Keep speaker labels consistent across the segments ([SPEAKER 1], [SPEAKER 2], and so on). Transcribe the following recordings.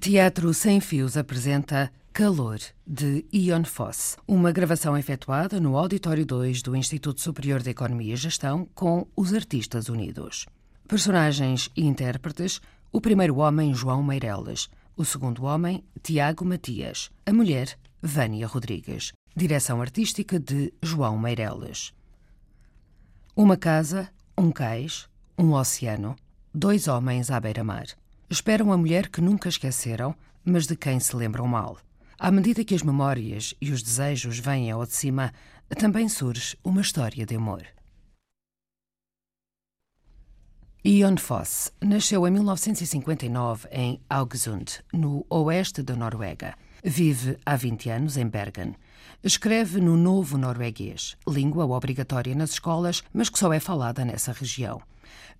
[SPEAKER 1] Teatro Sem Fios apresenta Calor, de Ion Fosse, uma gravação efetuada no Auditório 2 do Instituto Superior de Economia e Gestão com os Artistas Unidos. Personagens e intérpretes: o primeiro homem, João Meireles, o segundo homem, Tiago Matias, a mulher, Vânia Rodrigues. Direção artística de João Meireles. Uma casa, um cais, um oceano, dois homens à beira-mar. Esperam a mulher que nunca esqueceram, mas de quem se lembram mal. À medida que as memórias e os desejos vêm ao de cima, também surge uma história de amor. Ion Fosse nasceu em 1959 em Augsund, no oeste da Noruega. Vive há 20 anos em Bergen. Escreve no Novo Norueguês, língua obrigatória nas escolas, mas que só é falada nessa região.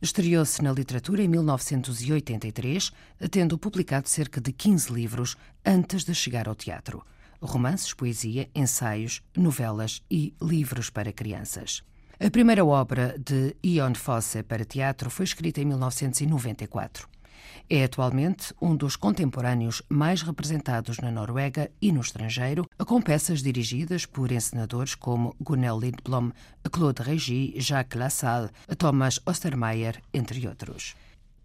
[SPEAKER 1] Estreou-se na literatura em 1983, tendo publicado cerca de 15 livros antes de chegar ao teatro: romances, poesia, ensaios, novelas e livros para crianças. A primeira obra de Ion Fosse para teatro foi escrita em 1994. É atualmente um dos contemporâneos mais representados na Noruega e no estrangeiro, com peças dirigidas por encenadores como Gunel Lindblom, Claude Regi, Jacques Lassalle, Thomas Ostermeyer, entre outros.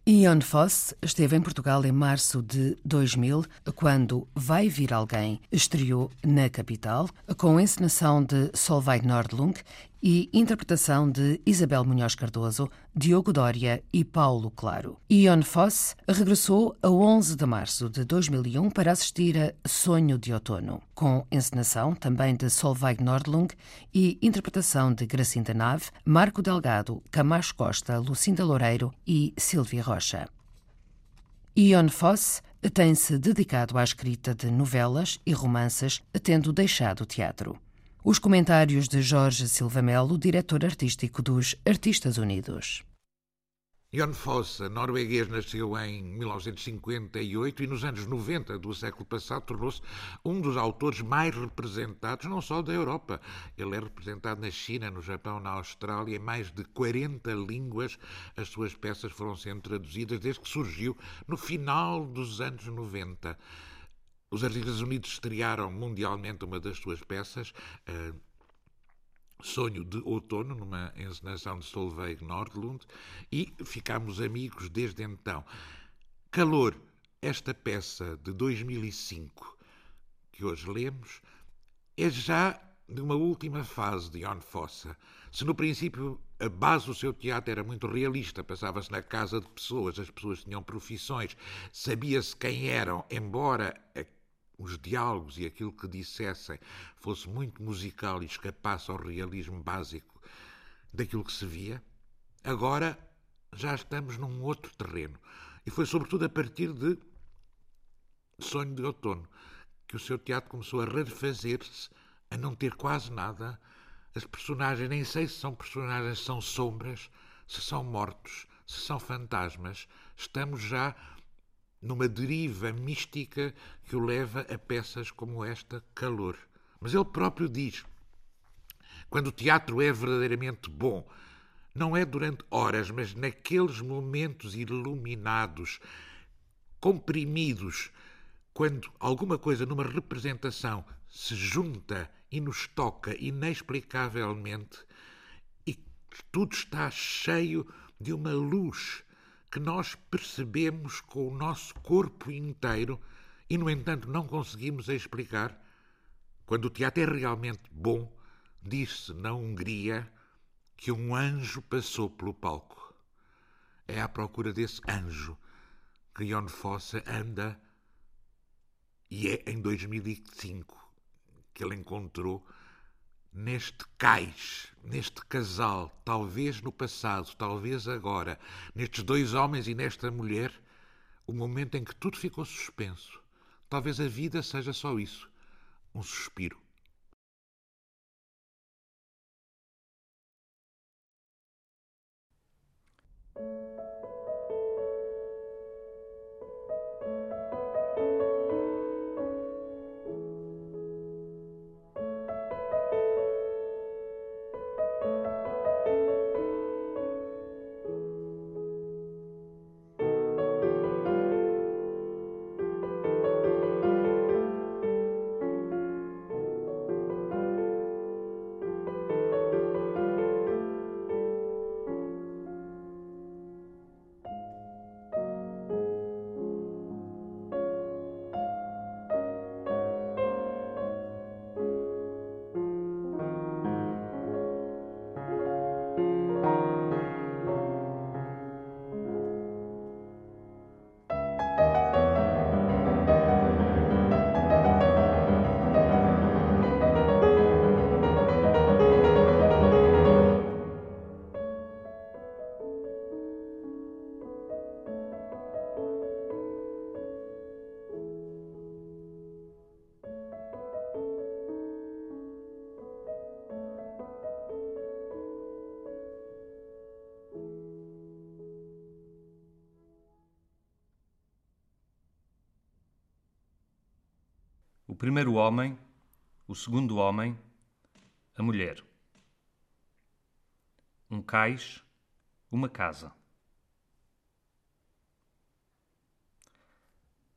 [SPEAKER 1] Ion Fosse esteve em Portugal em março de 2000, quando Vai Vir Alguém estreou na capital, com a encenação de Solveig Nordlund e interpretação de Isabel Munhoz Cardoso, Diogo Dória e Paulo Claro. Ion Fosse regressou a 11 de março de 2001 para assistir a Sonho de Outono, com encenação também de Solveig Nordlund e interpretação de Gracinda Nave, Marco Delgado, Camacho Costa, Lucinda Loureiro e Silvia Rocha. Ion Fosse tem-se dedicado à escrita de novelas e romances, tendo deixado o teatro. Os comentários de Jorge Silva Melo, diretor artístico dos Artistas Unidos.
[SPEAKER 2] Jon Fosse, norueguês, nasceu em 1958 e nos anos 90 do século passado tornou-se um dos autores mais representados, não só da Europa. Ele é representado na China, no Japão, na Austrália, em mais de 40 línguas. As suas peças foram sendo traduzidas desde que surgiu no final dos anos 90. Os Artistas Unidos estrearam mundialmente uma das suas peças, eh, Sonho de Outono, numa encenação de Solveig Nordlund, e ficámos amigos desde então. Calor, esta peça de 2005 que hoje lemos, é já de uma última fase de On Fossa. Se no princípio a base do seu teatro era muito realista, passava-se na casa de pessoas, as pessoas tinham profissões, sabia-se quem eram, embora a- os diálogos e aquilo que dissessem fosse muito musical e escapasse ao realismo básico daquilo que se via, agora já estamos num outro terreno. E foi sobretudo a partir de Sonho de Outono, que o seu teatro começou a refazer-se, a não ter quase nada. As personagens, nem sei se são personagens, se são sombras, se são mortos, se são fantasmas. Estamos já numa deriva mística que o leva a peças como esta, Calor. Mas ele próprio diz: quando o teatro é verdadeiramente bom, não é durante horas, mas naqueles momentos iluminados, comprimidos, quando alguma coisa numa representação se junta e nos toca inexplicavelmente e tudo está cheio de uma luz que nós percebemos com o nosso corpo inteiro e, no entanto, não conseguimos explicar. Quando o teatro é realmente bom, diz-se na Hungria que um anjo passou pelo palco. É à procura desse anjo que Ion Fossa anda e é em 2005 que ele encontrou neste cais, neste casal, talvez no passado, talvez agora, nestes dois homens e nesta mulher, o momento em que tudo ficou suspenso. Talvez a vida seja só isso, um suspiro.
[SPEAKER 3] o primeiro homem, o segundo homem, a mulher. Um cais, uma casa.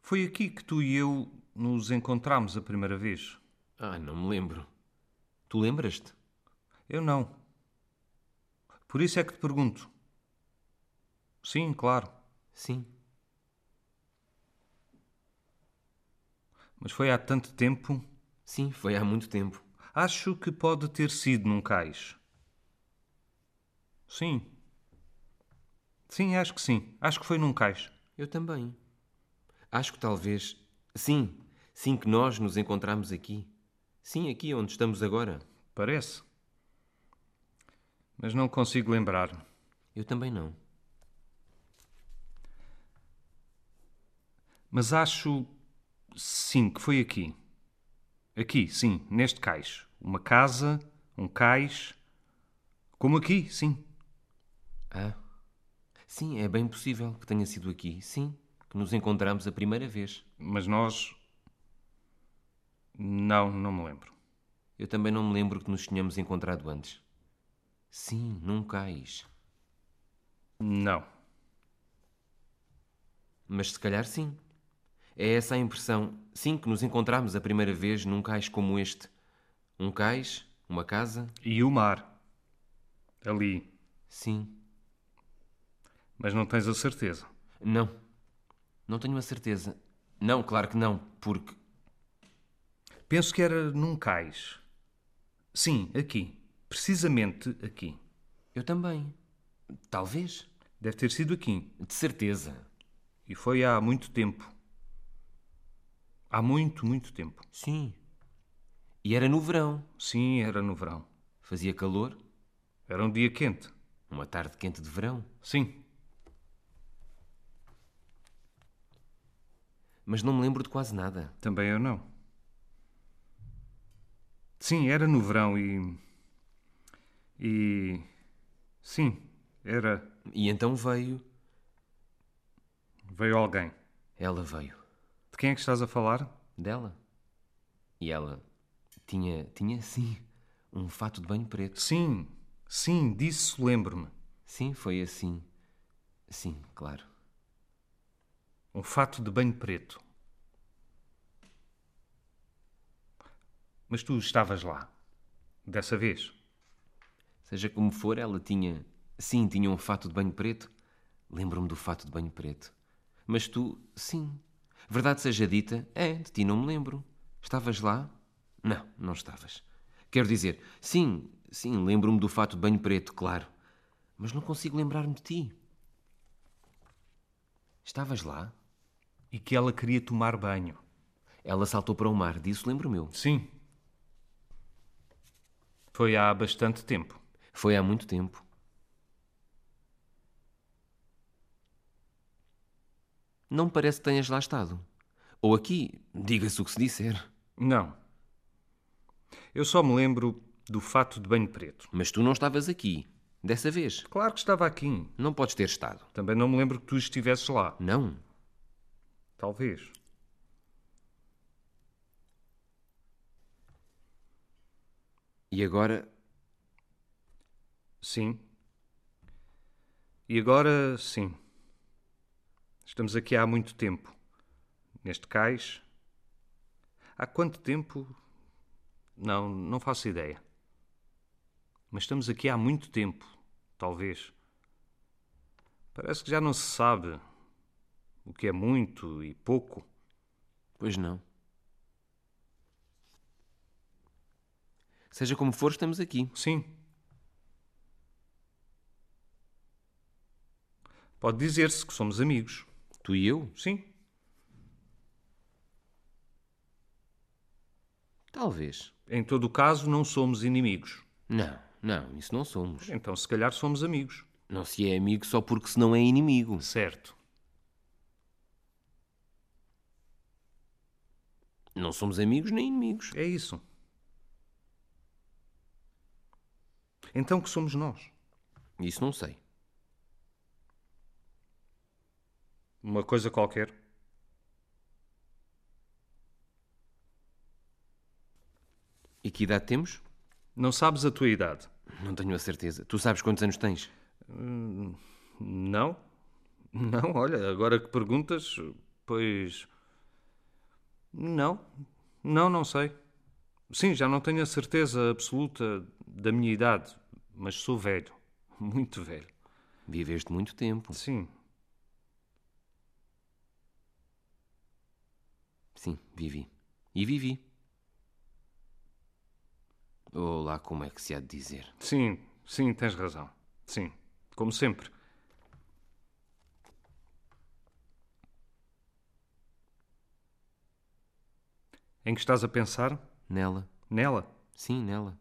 [SPEAKER 3] Foi aqui que tu e eu nos encontramos a primeira vez.
[SPEAKER 4] Ah, não me lembro. Tu lembras-te?
[SPEAKER 3] Eu não. Por isso é que te pergunto. Sim, claro.
[SPEAKER 4] Sim.
[SPEAKER 3] Mas foi há tanto tempo.
[SPEAKER 4] Sim, foi há muito tempo.
[SPEAKER 3] Acho que pode ter sido num cais. Sim. Sim, acho que sim. Acho que foi num cais.
[SPEAKER 4] Eu também. Acho que talvez. Sim, sim, que nós nos encontramos aqui. Sim, aqui onde estamos agora.
[SPEAKER 3] Parece. Mas não consigo lembrar.
[SPEAKER 4] Eu também não.
[SPEAKER 3] Mas acho. Sim, que foi aqui. Aqui, sim, neste cais. Uma casa, um cais. Como aqui, sim.
[SPEAKER 4] Ah. Sim, é bem possível que tenha sido aqui. Sim, que nos encontramos a primeira vez.
[SPEAKER 3] Mas nós. Não, não me lembro.
[SPEAKER 4] Eu também não me lembro que nos tínhamos encontrado antes. Sim, num cais.
[SPEAKER 3] Não.
[SPEAKER 4] Mas se calhar sim. É essa a impressão. Sim, que nos encontramos a primeira vez num cais como este. Um cais, uma casa.
[SPEAKER 3] E o mar. Ali.
[SPEAKER 4] Sim.
[SPEAKER 3] Mas não tens a certeza.
[SPEAKER 4] Não. Não tenho a certeza. Não, claro que não, porque.
[SPEAKER 3] Penso que era num cais. Sim, aqui. Precisamente aqui.
[SPEAKER 4] Eu também. Talvez.
[SPEAKER 3] Deve ter sido aqui.
[SPEAKER 4] De certeza.
[SPEAKER 3] E foi há muito tempo. Há muito, muito tempo.
[SPEAKER 4] Sim. E era no verão.
[SPEAKER 3] Sim, era no verão.
[SPEAKER 4] Fazia calor.
[SPEAKER 3] Era um dia quente.
[SPEAKER 4] Uma tarde quente de verão.
[SPEAKER 3] Sim.
[SPEAKER 4] Mas não me lembro de quase nada.
[SPEAKER 3] Também eu não. Sim, era no verão e. E. Sim, era.
[SPEAKER 4] E então veio.
[SPEAKER 3] Veio alguém.
[SPEAKER 4] Ela veio.
[SPEAKER 3] De quem é que estás a falar?
[SPEAKER 4] Dela. E ela tinha, tinha sim, um fato de banho preto.
[SPEAKER 3] Sim, sim, disso lembro-me.
[SPEAKER 4] Sim, foi assim. Sim, claro.
[SPEAKER 3] Um fato de banho preto. Mas tu estavas lá. Dessa vez.
[SPEAKER 4] Seja como for, ela tinha. Sim, tinha um fato de banho preto. Lembro-me do fato de banho preto. Mas tu, sim. Verdade seja dita, é, de ti não me lembro. Estavas lá? Não, não estavas. Quero dizer, sim, sim, lembro-me do fato de banho preto, claro. Mas não consigo lembrar-me de ti. Estavas lá?
[SPEAKER 3] E que ela queria tomar banho.
[SPEAKER 4] Ela saltou para o mar, disso lembro-me eu.
[SPEAKER 3] Sim. Foi há bastante tempo.
[SPEAKER 4] Foi há muito tempo. Não me parece que tenhas lá estado. Ou aqui, diga-se o que se disser.
[SPEAKER 3] Não. Eu só me lembro do fato de banho preto.
[SPEAKER 4] Mas tu não estavas aqui, dessa vez.
[SPEAKER 3] Claro que estava aqui.
[SPEAKER 4] Não podes ter estado.
[SPEAKER 3] Também não me lembro que tu estivesses lá.
[SPEAKER 4] Não.
[SPEAKER 3] Talvez.
[SPEAKER 4] E agora,
[SPEAKER 3] Sim. E agora, sim. Estamos aqui há muito tempo. Neste cais. Há quanto tempo? Não, não faço ideia. Mas estamos aqui há muito tempo, talvez. Parece que já não se sabe o que é muito e pouco.
[SPEAKER 4] pois não. Seja como for, estamos aqui.
[SPEAKER 3] Sim. Pode dizer-se que somos amigos.
[SPEAKER 4] Tu e eu?
[SPEAKER 3] Sim.
[SPEAKER 4] Talvez.
[SPEAKER 3] Em todo o caso, não somos inimigos.
[SPEAKER 4] Não, não, isso não somos.
[SPEAKER 3] Então, se calhar, somos amigos.
[SPEAKER 4] Não se é amigo só porque se não é inimigo.
[SPEAKER 3] Certo.
[SPEAKER 4] Não somos amigos nem inimigos.
[SPEAKER 3] É isso. Então, que somos nós?
[SPEAKER 4] Isso não sei.
[SPEAKER 3] Uma coisa qualquer.
[SPEAKER 4] E que idade temos?
[SPEAKER 3] Não sabes a tua idade?
[SPEAKER 4] Não tenho a certeza. Tu sabes quantos anos tens?
[SPEAKER 3] Não? Não, olha, agora que perguntas, pois. Não. Não, não sei. Sim, já não tenho a certeza absoluta da minha idade, mas sou velho. Muito velho.
[SPEAKER 4] Viveste muito tempo.
[SPEAKER 3] Sim.
[SPEAKER 4] Sim, vivi. E vivi. Oh lá, como é que se há de dizer?
[SPEAKER 3] Sim, sim, tens razão. Sim, como sempre. Em que estás a pensar?
[SPEAKER 4] Nela.
[SPEAKER 3] Nela?
[SPEAKER 4] Sim, nela.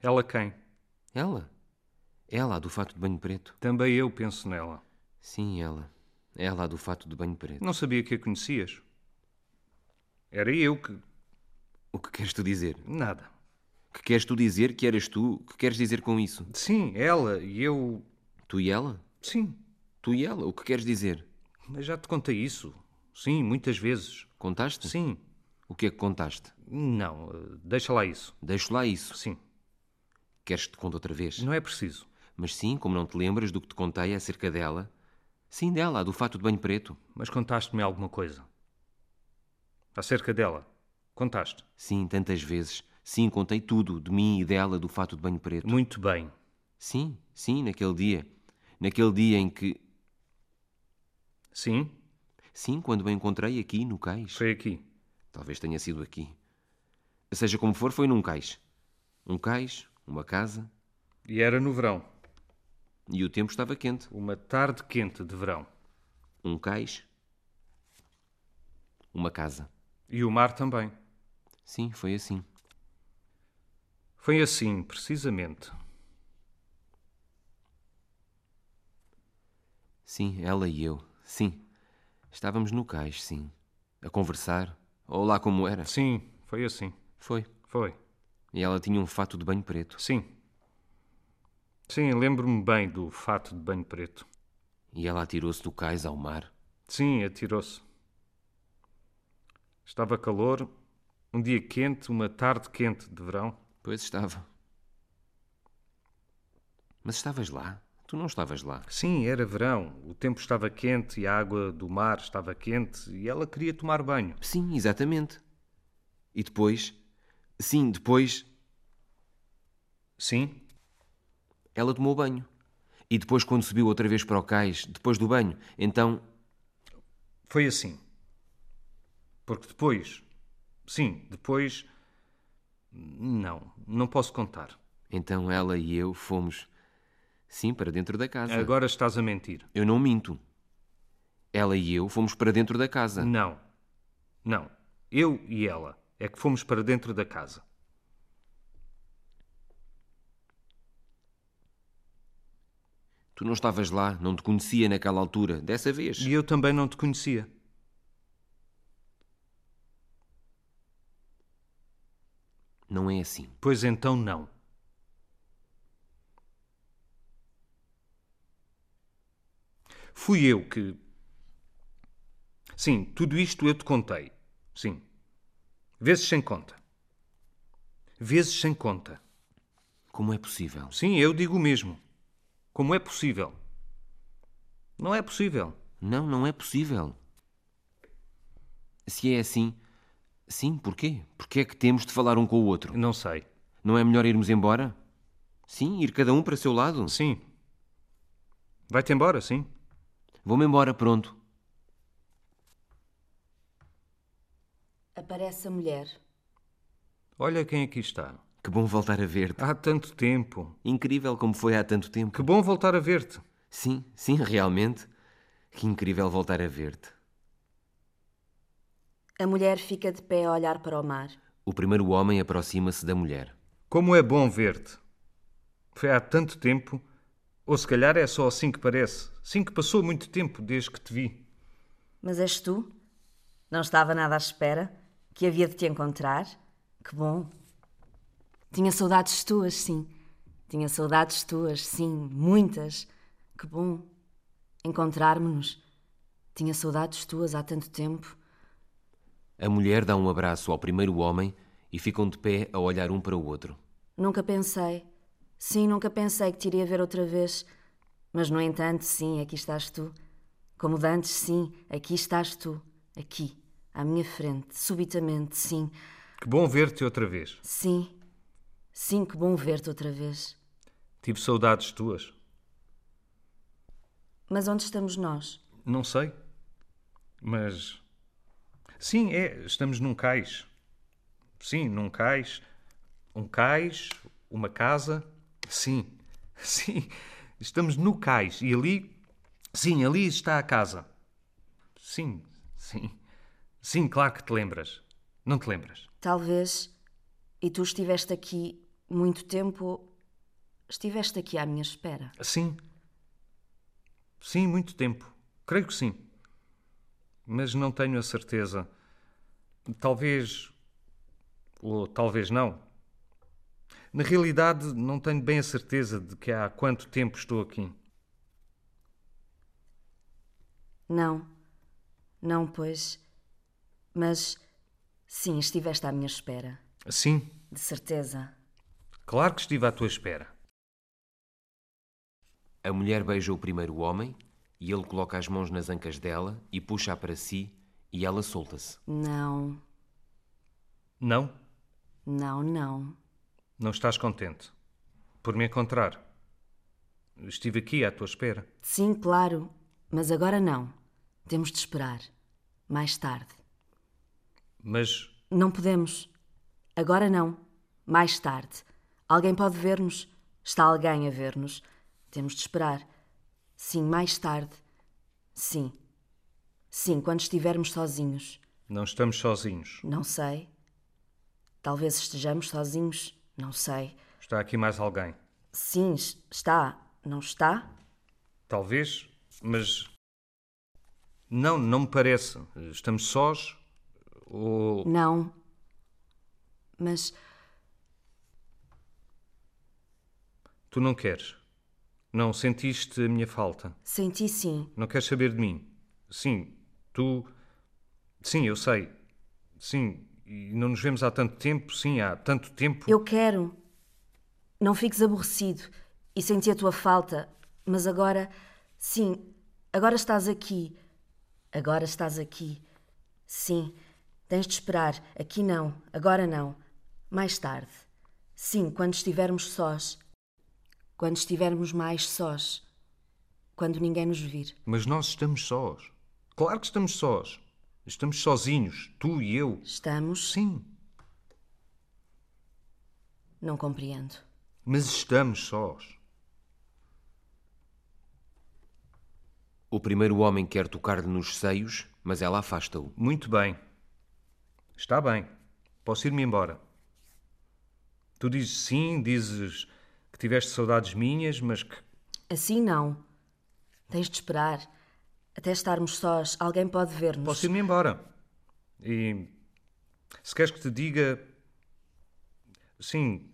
[SPEAKER 3] Ela quem?
[SPEAKER 4] Ela? Ela, a do fato de banho preto.
[SPEAKER 3] Também eu penso nela.
[SPEAKER 4] Sim, ela. Ela, a do fato de banho preto.
[SPEAKER 3] Não sabia que a conhecias. Era eu que.
[SPEAKER 4] O que queres tu dizer?
[SPEAKER 3] Nada.
[SPEAKER 4] O que queres tu dizer que eras tu? O que queres dizer com isso?
[SPEAKER 3] Sim, ela e eu.
[SPEAKER 4] Tu e ela?
[SPEAKER 3] Sim,
[SPEAKER 4] Tu e ela? O que queres dizer?
[SPEAKER 3] mas já te contei isso. Sim, muitas vezes.
[SPEAKER 4] Contaste?
[SPEAKER 3] Sim.
[SPEAKER 4] O que é que contaste?
[SPEAKER 3] Não, eh, deixa lá isso.
[SPEAKER 4] Deixo lá isso.
[SPEAKER 3] Sim.
[SPEAKER 4] Queres que te conte outra vez?
[SPEAKER 3] Não é preciso.
[SPEAKER 4] Mas sim, como não te lembras do que te contei acerca dela. Sim, dela, a do fato de banho preto.
[SPEAKER 3] Mas contaste-me alguma coisa. Acerca dela. Contaste.
[SPEAKER 4] Sim, tantas vezes. Sim, contei tudo de mim e dela, do fato de banho preto.
[SPEAKER 3] Muito bem.
[SPEAKER 4] Sim, sim, naquele dia. Naquele dia em que.
[SPEAKER 3] Sim,
[SPEAKER 4] Sim, quando a encontrei aqui no cais.
[SPEAKER 3] foi aqui.
[SPEAKER 4] Talvez tenha sido aqui. Seja como for, foi num cais. Um cais, uma casa,
[SPEAKER 3] E era no verão.
[SPEAKER 4] e o tempo estava quente.
[SPEAKER 3] Uma tarde quente de verão.
[SPEAKER 4] Um cais, uma casa.
[SPEAKER 3] E o mar também.
[SPEAKER 4] Sim, foi assim.
[SPEAKER 3] Foi assim, precisamente.
[SPEAKER 4] Sim, ela e eu. Sim. Estávamos no cais, sim. A conversar. Olá, como era.
[SPEAKER 3] Sim, foi assim.
[SPEAKER 4] Foi.
[SPEAKER 3] Foi.
[SPEAKER 4] E ela tinha um fato de banho preto.
[SPEAKER 3] Sim. Sim, lembro-me bem do fato de banho preto.
[SPEAKER 4] E ela atirou-se do cais ao mar.
[SPEAKER 3] Sim, atirou-se. Estava calor, um dia quente, uma tarde quente de verão.
[SPEAKER 4] Pois estava. Mas estavas lá? Tu não estavas lá.
[SPEAKER 3] Sim, era verão. O tempo estava quente e a água do mar estava quente e ela queria tomar banho.
[SPEAKER 4] Sim, exatamente. E depois? Sim, depois
[SPEAKER 3] Sim?
[SPEAKER 4] ela tomou banho. E depois, quando subiu outra vez para o cais, depois do banho, então.
[SPEAKER 3] Foi assim. Porque depois. Sim, depois. Não, não posso contar.
[SPEAKER 4] Então ela e eu fomos. Sim, para dentro da casa.
[SPEAKER 3] Agora estás a mentir.
[SPEAKER 4] Eu não minto. Ela e eu fomos para dentro da casa.
[SPEAKER 3] Não. Não. Eu e ela é que fomos para dentro da casa.
[SPEAKER 4] Tu não estavas lá, não te conhecia naquela altura, dessa vez.
[SPEAKER 3] E eu também não te conhecia.
[SPEAKER 4] Não é assim.
[SPEAKER 3] Pois então não. Fui eu que. Sim, tudo isto eu te contei. Sim. Vezes sem conta. Vezes sem conta.
[SPEAKER 4] Como é possível?
[SPEAKER 3] Sim, eu digo o mesmo. Como é possível? Não é possível.
[SPEAKER 4] Não, não é possível. Se é assim, sim, porquê? Porquê é que temos de falar um com o outro?
[SPEAKER 3] Não sei.
[SPEAKER 4] Não é melhor irmos embora? Sim, ir cada um para seu lado.
[SPEAKER 3] Sim. Vai-te embora, sim.
[SPEAKER 4] Vou-me embora, pronto.
[SPEAKER 5] Aparece a mulher.
[SPEAKER 3] Olha quem aqui está.
[SPEAKER 4] Que bom voltar a ver-te.
[SPEAKER 3] Há tanto tempo.
[SPEAKER 4] Incrível como foi há tanto tempo.
[SPEAKER 3] Que bom voltar a ver-te.
[SPEAKER 4] Sim, sim, realmente. Que incrível voltar a ver-te.
[SPEAKER 5] A mulher fica de pé a olhar para o mar.
[SPEAKER 4] O primeiro homem aproxima-se da mulher.
[SPEAKER 3] Como é bom ver-te. Foi há tanto tempo, ou se calhar é só assim que parece. Sim que passou muito tempo desde que te vi.
[SPEAKER 5] Mas és tu? Não estava nada à espera? Que havia de te encontrar? Que bom. Tinha saudades tuas, sim. Tinha saudades tuas, sim, muitas. Que bom. Encontrar-me-nos. Tinha saudades tuas há tanto tempo.
[SPEAKER 4] A mulher dá um abraço ao primeiro homem e ficam de pé a olhar um para o outro.
[SPEAKER 5] Nunca pensei. Sim, nunca pensei que te iria ver outra vez. Mas, no entanto, sim, aqui estás tu. Como de antes, sim, aqui estás tu. Aqui, à minha frente, subitamente, sim.
[SPEAKER 3] Que bom ver-te outra vez.
[SPEAKER 5] Sim. Sim, que bom ver-te outra vez.
[SPEAKER 3] Tive saudades tuas.
[SPEAKER 5] Mas onde estamos nós?
[SPEAKER 3] Não sei. Mas. Sim, é. Estamos num cais. Sim, num cais. Um cais, uma casa. Sim, sim. Estamos no cais. E ali. Sim, ali está a casa. Sim, sim. Sim, claro que te lembras. Não te lembras?
[SPEAKER 5] Talvez. E tu estiveste aqui muito tempo. Estiveste aqui à minha espera.
[SPEAKER 3] Sim. Sim, muito tempo. Creio que sim. Mas não tenho a certeza. Talvez. Ou talvez não. Na realidade, não tenho bem a certeza de que há quanto tempo estou aqui.
[SPEAKER 5] Não. Não, pois. Mas. Sim, estiveste à minha espera.
[SPEAKER 3] Sim,
[SPEAKER 5] De certeza.
[SPEAKER 3] claro que estive à tua espera.
[SPEAKER 4] A mulher beija o primeiro homem e ele coloca as mãos nas ancas dela e puxa-a para si e ela solta-se.
[SPEAKER 5] Não.
[SPEAKER 3] Não,
[SPEAKER 5] Não, não.
[SPEAKER 3] não estás contente. Por me encontrar. Estive aqui à tua espera.
[SPEAKER 5] Sim, claro. Mas agora não. Temos de esperar. Mais tarde.
[SPEAKER 3] Mas.
[SPEAKER 5] Não podemos. Agora não. Mais tarde. Alguém pode ver-nos. Está alguém a ver-nos. Temos de esperar. Sim, mais tarde. Sim. Sim, quando estivermos sozinhos.
[SPEAKER 3] Não estamos sozinhos.
[SPEAKER 5] Não sei. Talvez estejamos sozinhos. Não sei.
[SPEAKER 3] Está aqui mais alguém.
[SPEAKER 5] Sim, es- está. Não está?
[SPEAKER 3] Talvez, mas. Não, não me parece. Estamos sós. Ou.
[SPEAKER 5] Não. Mas
[SPEAKER 3] Tu não queres. Não sentiste a minha falta.
[SPEAKER 5] senti sim.
[SPEAKER 3] Não queres saber de mim. Sim, tu. Sim, eu sei. Sim, e não nos vemos há tanto tempo. Sim, há tanto tempo.
[SPEAKER 5] Eu quero. Não fiques aborrecido. E senti a tua falta. Mas agora. Sim, agora estás aqui. Agora estás aqui. Sim, tens de esperar. Aqui não. Agora não. Mais tarde. Sim, quando estivermos sós. Quando estivermos mais sós. Quando ninguém nos vir.
[SPEAKER 3] Mas nós estamos sós. Claro que estamos sós. Estamos sozinhos, tu e eu.
[SPEAKER 5] Estamos.
[SPEAKER 3] Sim,
[SPEAKER 5] Não compreendo.
[SPEAKER 3] mas estamos sós.
[SPEAKER 4] O primeiro homem quer tocar-lhe nos seios, mas ela afasta-o.
[SPEAKER 3] Muito bem. Está bem. Posso ir-me embora. Tu dizes sim, dizes que tiveste saudades minhas, mas que.
[SPEAKER 5] Assim não. Tens de esperar. Até estarmos sós, alguém pode ver-nos.
[SPEAKER 3] Posso ir-me embora. E. Se queres que te diga. Sim,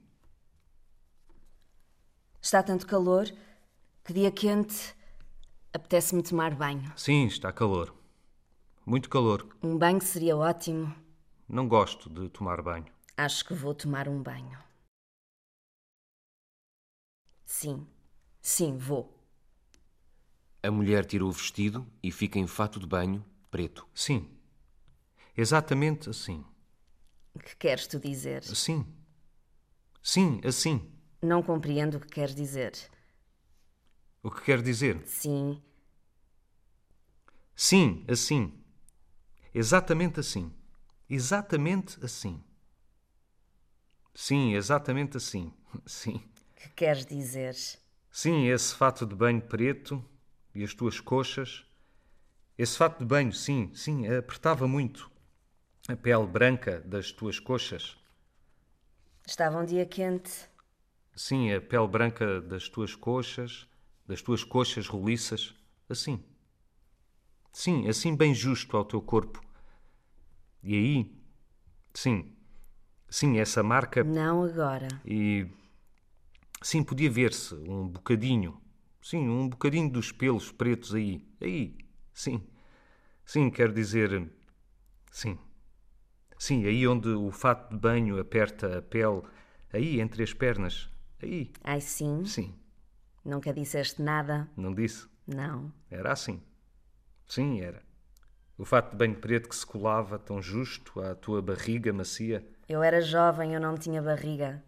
[SPEAKER 5] Está tanto calor que dia quente apetece-me tomar banho.
[SPEAKER 3] sim, está calor. Muito calor.
[SPEAKER 5] Um banho seria ótimo.
[SPEAKER 3] Não gosto de tomar banho.
[SPEAKER 5] Acho que vou tomar um banho. Sim, sim, vou.
[SPEAKER 4] A mulher tira o vestido e fica em fato de banho, preto.
[SPEAKER 3] Sim. Exatamente assim.
[SPEAKER 5] O que queres tu dizer?
[SPEAKER 3] Sim. Sim, assim.
[SPEAKER 5] Não compreendo o que queres dizer.
[SPEAKER 3] O que quer dizer?
[SPEAKER 5] Sim,
[SPEAKER 3] Sim, assim. Exatamente assim. Exatamente assim. Sim, exatamente assim. Sim.
[SPEAKER 5] o que queres dizer?
[SPEAKER 3] Sim, esse fato de banho preto e as tuas coxas. Esse fato de banho, sim, sim, apertava muito a pele branca das tuas coxas.
[SPEAKER 5] Estava um dia quente.
[SPEAKER 3] Sim, a pele branca das tuas coxas, das tuas coxas roliças, assim. Sim, assim bem justo ao teu corpo. E aí, sim, sim, essa marca
[SPEAKER 5] Não agora.
[SPEAKER 3] e sim, podia ver-se um bocadinho, sim, um bocadinho dos pelos pretos aí, aí, sim, sim, quero dizer, sim, Sim, aí onde o fato de banho aperta a pele, aí entre as pernas. Aí.
[SPEAKER 5] Ai, sim?
[SPEAKER 3] Sim,
[SPEAKER 5] Nunca disseste nada?
[SPEAKER 3] não disse.
[SPEAKER 5] Não.
[SPEAKER 3] Era assim. Sim, era. O fato de banho preto que se colava tão justo à tua barriga macia,
[SPEAKER 5] Eu era jovem, eu não tinha barriga.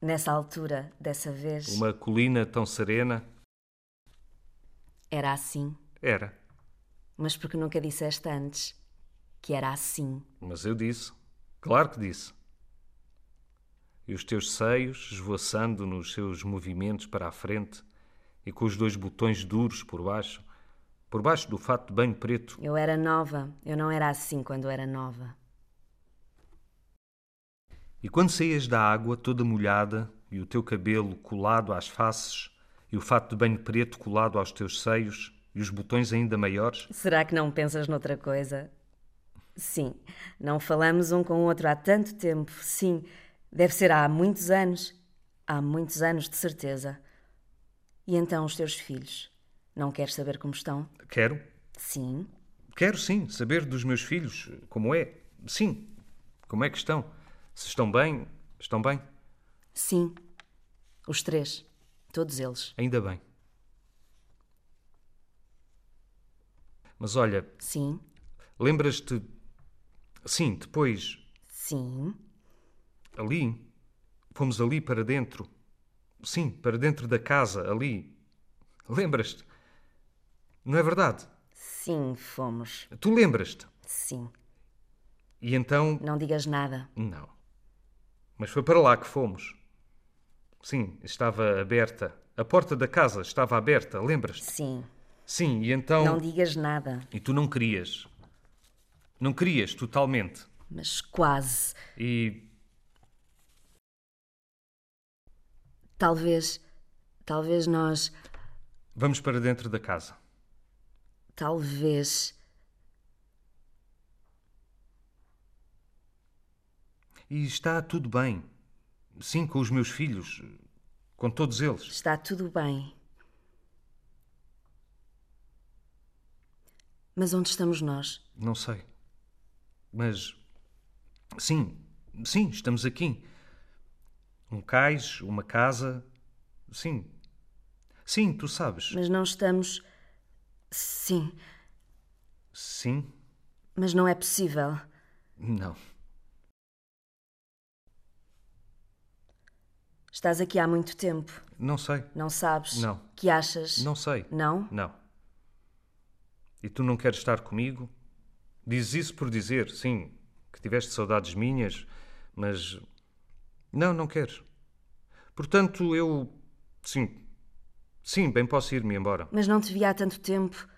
[SPEAKER 5] Nessa altura, dessa vez,
[SPEAKER 3] uma colina tão serena,
[SPEAKER 5] era assim.
[SPEAKER 3] era.
[SPEAKER 5] Mas porque nunca disseste antes que era assim.
[SPEAKER 3] Mas eu disse. Claro que disse. E os teus seios esvoaçando nos seus movimentos para a frente e com os dois botões duros por baixo, por baixo do fato de banho preto,
[SPEAKER 5] Eu era nova, eu não era assim quando era nova.
[SPEAKER 3] E quando saías da água toda molhada e o teu cabelo colado às faces e o fato de banho preto colado aos teus seios e os botões ainda maiores,
[SPEAKER 5] Será que não pensas noutra coisa? Sim, não falamos um com o outro há tanto tempo. Sim, deve ser há muitos anos. Há muitos anos, de certeza. E então os teus filhos? Não queres saber como estão?
[SPEAKER 3] quero,
[SPEAKER 5] Sim.
[SPEAKER 3] quero sim saber dos meus filhos como é, sim, como é que estão, se estão bem, estão bem,
[SPEAKER 5] Sim. Os três. Todos eles.
[SPEAKER 3] ainda bem. Mas olha,
[SPEAKER 5] Sim.
[SPEAKER 3] lembras-te, sim, depois
[SPEAKER 5] Sim.
[SPEAKER 3] Ali. Fomos ali para dentro. Sim, para dentro da casa, ali. Lembras-te? Não é verdade?
[SPEAKER 5] Sim, fomos.
[SPEAKER 3] Tu lembras-te?
[SPEAKER 5] Sim.
[SPEAKER 3] E então.
[SPEAKER 5] Não digas nada.
[SPEAKER 3] Não. Mas foi para lá que fomos. Sim, estava aberta. A porta da casa estava aberta, lembras-te?
[SPEAKER 5] Sim.
[SPEAKER 3] Sim, e então.
[SPEAKER 5] Não digas nada.
[SPEAKER 3] E tu não querias. Não querias totalmente.
[SPEAKER 5] Mas quase.
[SPEAKER 3] E.
[SPEAKER 5] Talvez. Talvez nós.
[SPEAKER 3] Vamos para dentro da casa.
[SPEAKER 5] Talvez.
[SPEAKER 3] E está tudo bem. Sim, com os meus filhos. Com todos eles.
[SPEAKER 5] Está tudo bem. Mas onde estamos nós?
[SPEAKER 3] Não sei. Mas. Sim, sim, estamos aqui. Um cais, uma casa. Sim. Sim, tu sabes.
[SPEAKER 5] Mas não estamos. Sim.
[SPEAKER 3] Sim,
[SPEAKER 5] Mas não é possível.
[SPEAKER 3] não.
[SPEAKER 5] Estás aqui há muito tempo.
[SPEAKER 3] Não sei.
[SPEAKER 5] Não sabes?
[SPEAKER 3] Não.
[SPEAKER 5] Que achas?
[SPEAKER 3] Não sei.
[SPEAKER 5] Não?
[SPEAKER 3] Não. E tu não queres estar comigo? Dizes isso por dizer, sim, que tiveste saudades minhas, mas. Não, não queres. Portanto, eu. Sim. Sim, bem posso ir-me embora.
[SPEAKER 5] Mas não te vi há tanto tempo.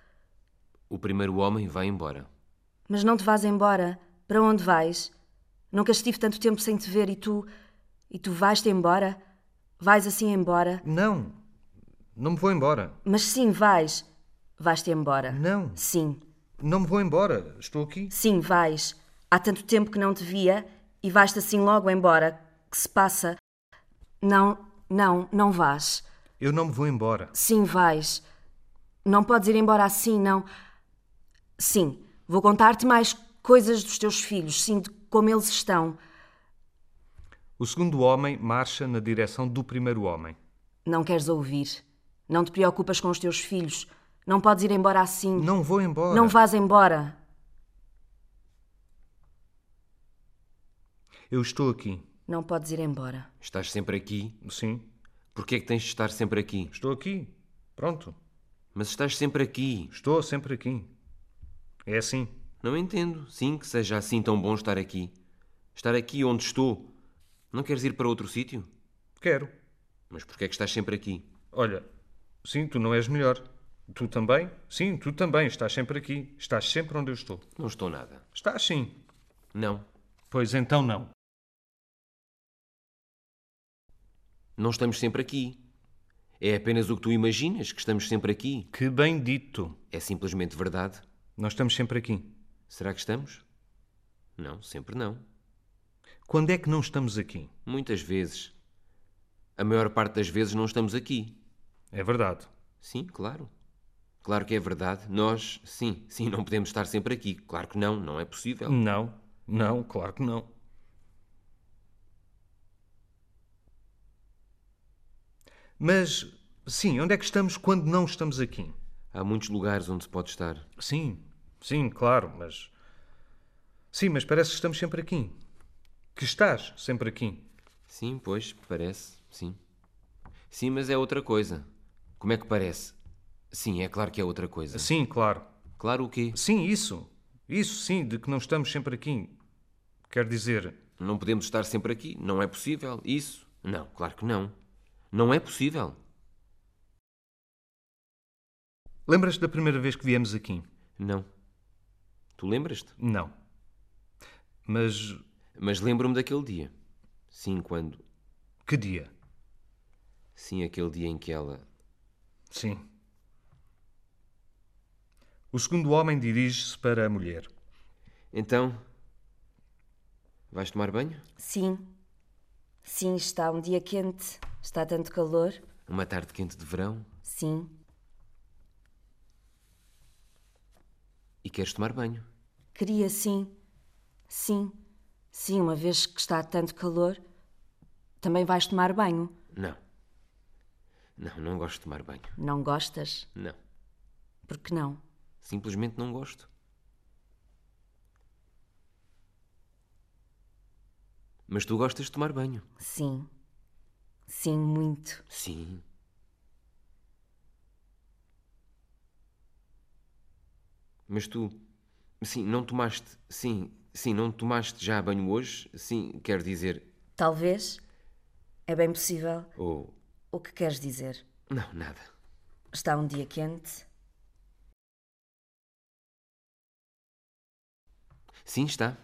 [SPEAKER 4] O primeiro homem vai embora.
[SPEAKER 5] Mas não te vás embora. Para onde vais? Nunca estive tanto tempo sem te ver e tu. E tu vais-te embora? Vais assim embora?
[SPEAKER 3] Não. Não me vou embora.
[SPEAKER 5] Mas sim, vais. Vais-te embora.
[SPEAKER 3] Não.
[SPEAKER 5] Sim.
[SPEAKER 3] Não me vou embora. Estou aqui.
[SPEAKER 5] Sim, vais. Há tanto tempo que não te via e vais-te assim logo embora. Que se passa? Não, não, não vais.
[SPEAKER 3] Eu não me vou embora.
[SPEAKER 5] Sim, vais. Não podes ir embora assim, não. Sim, vou contar-te mais coisas dos teus filhos, sim, de como eles estão.
[SPEAKER 3] O segundo homem marcha na direção do primeiro homem.
[SPEAKER 5] Não queres ouvir. Não te preocupas com os teus filhos. Não podes ir embora assim.
[SPEAKER 3] Não vou embora.
[SPEAKER 5] Não vás embora.
[SPEAKER 3] Eu estou aqui.
[SPEAKER 5] Não podes ir embora.
[SPEAKER 4] Estás sempre aqui.
[SPEAKER 3] Sim.
[SPEAKER 4] Porquê é que tens de estar sempre aqui?
[SPEAKER 3] Estou aqui. Pronto.
[SPEAKER 4] Mas estás sempre aqui.
[SPEAKER 3] Estou sempre aqui. É assim.
[SPEAKER 4] Não entendo. Sim, que seja assim tão bom estar aqui. Estar aqui onde estou. Não queres ir para outro sítio?
[SPEAKER 3] Quero.
[SPEAKER 4] Mas porquê é que estás sempre aqui?
[SPEAKER 3] Olha, sim, tu não és melhor. Tu também? Sim, tu também. Estás sempre aqui. Estás sempre onde eu estou.
[SPEAKER 4] Não estou nada.
[SPEAKER 3] Estás sim.
[SPEAKER 4] Não.
[SPEAKER 3] Pois então não.
[SPEAKER 4] Não estamos sempre aqui. É apenas o que tu imaginas que estamos sempre aqui.
[SPEAKER 3] Que bem dito.
[SPEAKER 4] É simplesmente verdade.
[SPEAKER 3] Nós estamos sempre aqui.
[SPEAKER 4] Será que estamos? Não, sempre não.
[SPEAKER 3] Quando é que não estamos aqui?
[SPEAKER 4] Muitas vezes. A maior parte das vezes não estamos aqui.
[SPEAKER 3] É verdade.
[SPEAKER 4] Sim, claro. Claro que é verdade. Nós, sim, sim, não podemos estar sempre aqui. Claro que não, não é possível.
[SPEAKER 3] Não. Não, claro que não. Mas, sim, onde é que estamos quando não estamos aqui?
[SPEAKER 4] Há muitos lugares onde se pode estar.
[SPEAKER 3] Sim, sim, claro, mas. Sim, mas parece que estamos sempre aqui. Que estás sempre aqui.
[SPEAKER 4] Sim, pois, parece, sim. Sim, mas é outra coisa. Como é que parece? Sim, é claro que é outra coisa.
[SPEAKER 3] Sim, claro.
[SPEAKER 4] Claro o quê?
[SPEAKER 3] Sim, isso. Isso sim, de que não estamos sempre aqui. Quer dizer,
[SPEAKER 4] Não podemos estar sempre aqui. Não é possível. Isso? Não, claro que não. Não é possível.
[SPEAKER 3] lembras-te da primeira vez que viemos aqui?
[SPEAKER 4] Não. Tu lembras-te?
[SPEAKER 3] Não. Mas
[SPEAKER 4] Mas lembro-me daquele dia. Sim, quando.
[SPEAKER 3] que dia?
[SPEAKER 4] Sim, aquele dia em que ela.
[SPEAKER 3] Sim. O segundo homem dirige-se para a mulher.
[SPEAKER 4] Então. Vais tomar banho?
[SPEAKER 5] Sim. Sim, está um dia quente. Está tanto calor.
[SPEAKER 4] Uma tarde quente de verão
[SPEAKER 5] Sim.
[SPEAKER 4] e queres tomar banho?
[SPEAKER 5] Queria sim. Sim. Sim, uma vez que está tanto calor, também vais tomar banho.
[SPEAKER 4] Não. Não, não gosto de tomar banho.
[SPEAKER 5] Não gostas?
[SPEAKER 4] Não.
[SPEAKER 5] Porque não?
[SPEAKER 4] Simplesmente não gosto. Mas tu gostas de tomar banho?
[SPEAKER 5] Sim. Sim, muito.
[SPEAKER 4] Sim. Mas tu, sim, não tomaste, sim, sim, não tomaste já banho hoje? Sim, quero dizer,
[SPEAKER 5] Talvez. É bem possível.
[SPEAKER 4] ou
[SPEAKER 5] O que queres dizer?
[SPEAKER 4] não, nada.
[SPEAKER 5] Está um dia quente?
[SPEAKER 4] Sim, está.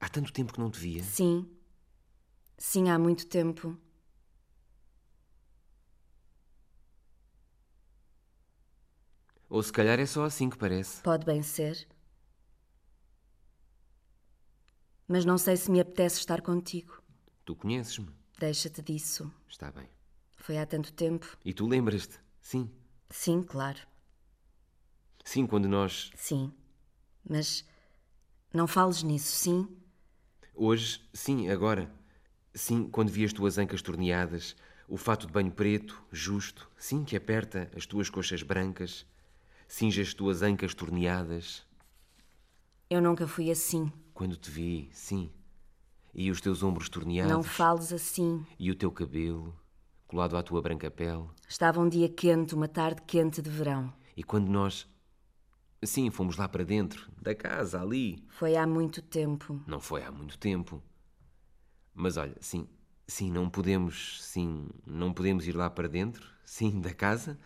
[SPEAKER 4] Há tanto tempo que não te via.
[SPEAKER 5] Sim. Sim, há muito tempo.
[SPEAKER 4] Ou se calhar é só assim que parece.
[SPEAKER 5] Pode bem ser. Mas não sei se me apetece estar contigo.
[SPEAKER 4] Tu conheces-me.
[SPEAKER 5] Deixa-te disso.
[SPEAKER 4] Está bem.
[SPEAKER 5] Foi há tanto tempo.
[SPEAKER 4] E tu lembras-te? Sim.
[SPEAKER 5] Sim, claro.
[SPEAKER 4] Sim, quando nós.
[SPEAKER 5] Sim. Mas não fales nisso, sim?
[SPEAKER 4] Hoje, sim, agora. Sim, quando vi as tuas ancas torneadas, o fato de banho preto, justo, sim, que aperta as tuas coxas brancas, cinge as tuas ancas torneadas,
[SPEAKER 5] Eu nunca fui assim.
[SPEAKER 4] quando te vi, sim, e os teus ombros torneados,
[SPEAKER 5] Não fales assim.
[SPEAKER 4] e o teu cabelo colado à tua branca pele,
[SPEAKER 5] Estava um dia quente, uma tarde quente de verão.
[SPEAKER 4] e quando nós. Sim, fomos lá para dentro, da casa, ali,
[SPEAKER 5] Foi há muito tempo.
[SPEAKER 4] Não foi há muito tempo. Mas olha, sim, sim, não podemos, sim, não podemos ir lá para dentro, sim, da casa.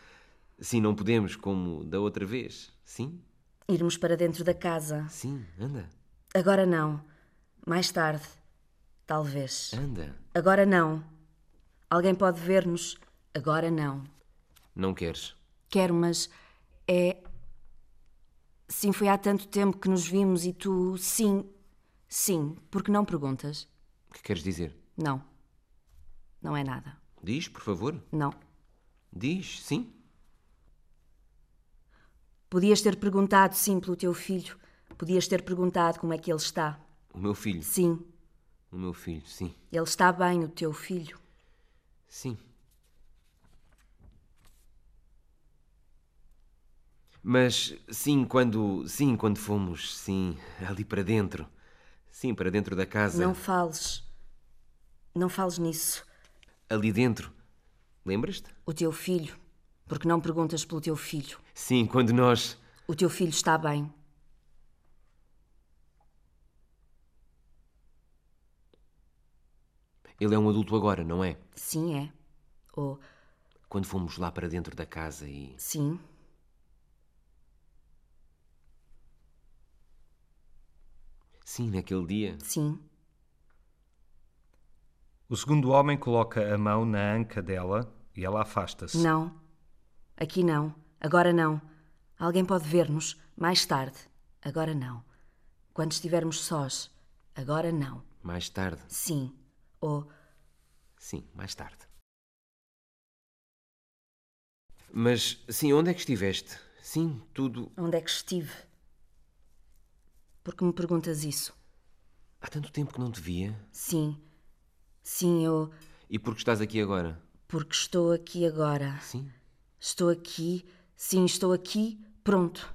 [SPEAKER 4] Sim, não podemos, como da outra vez. Sim,
[SPEAKER 5] Irmos para dentro da casa.
[SPEAKER 4] sim, anda,
[SPEAKER 5] Agora não. Mais tarde. Talvez.
[SPEAKER 4] anda.
[SPEAKER 5] Agora não. Alguém pode ver-nos. Agora não.
[SPEAKER 4] Não queres?
[SPEAKER 5] Quero, mas é. Sim, foi há tanto tempo que nos vimos e tu. Sim. Sim. Porque não perguntas?
[SPEAKER 4] O que queres dizer?
[SPEAKER 5] Não. Não é nada.
[SPEAKER 4] Diz, por favor.
[SPEAKER 5] Não.
[SPEAKER 4] Diz, sim.
[SPEAKER 5] Podias ter perguntado, sim, pelo teu filho. Podias ter perguntado como é que ele está.
[SPEAKER 4] O meu filho,
[SPEAKER 5] Sim.
[SPEAKER 4] o meu filho, sim,
[SPEAKER 5] Ele está bem, o teu filho.
[SPEAKER 4] sim. Mas sim, quando, sim, quando fomos, sim, ali para dentro. Sim, para dentro da casa.
[SPEAKER 5] Não fales. Não fales nisso.
[SPEAKER 4] ali dentro. Lembras-te?
[SPEAKER 5] O teu filho. Porque não perguntas pelo teu filho.
[SPEAKER 4] Sim, quando nós.
[SPEAKER 5] O teu filho está bem.
[SPEAKER 4] Ele é um adulto agora, não é?
[SPEAKER 5] Sim, é. Ou
[SPEAKER 4] Quando fomos lá para dentro da casa e.
[SPEAKER 5] sim.
[SPEAKER 4] Sim, naquele dia.
[SPEAKER 5] Sim,
[SPEAKER 3] O segundo homem coloca a mão na anca dela e ela afasta-se.
[SPEAKER 5] não. Aqui não. Agora não. Alguém pode ver-nos mais tarde. Agora não. Quando estivermos sós. Agora não.
[SPEAKER 4] Mais tarde.
[SPEAKER 5] Sim. Ou
[SPEAKER 4] Sim, mais tarde. Mas, sim, onde é que estiveste? Sim, tudo.
[SPEAKER 5] Onde é que estive? Porque me perguntas isso?
[SPEAKER 4] Há tanto tempo que não te via.
[SPEAKER 5] Sim. Sim, eu.
[SPEAKER 4] E porque estás aqui agora?
[SPEAKER 5] Porque estou aqui agora.
[SPEAKER 4] Sim.
[SPEAKER 5] Estou aqui. Sim, estou aqui. Pronto.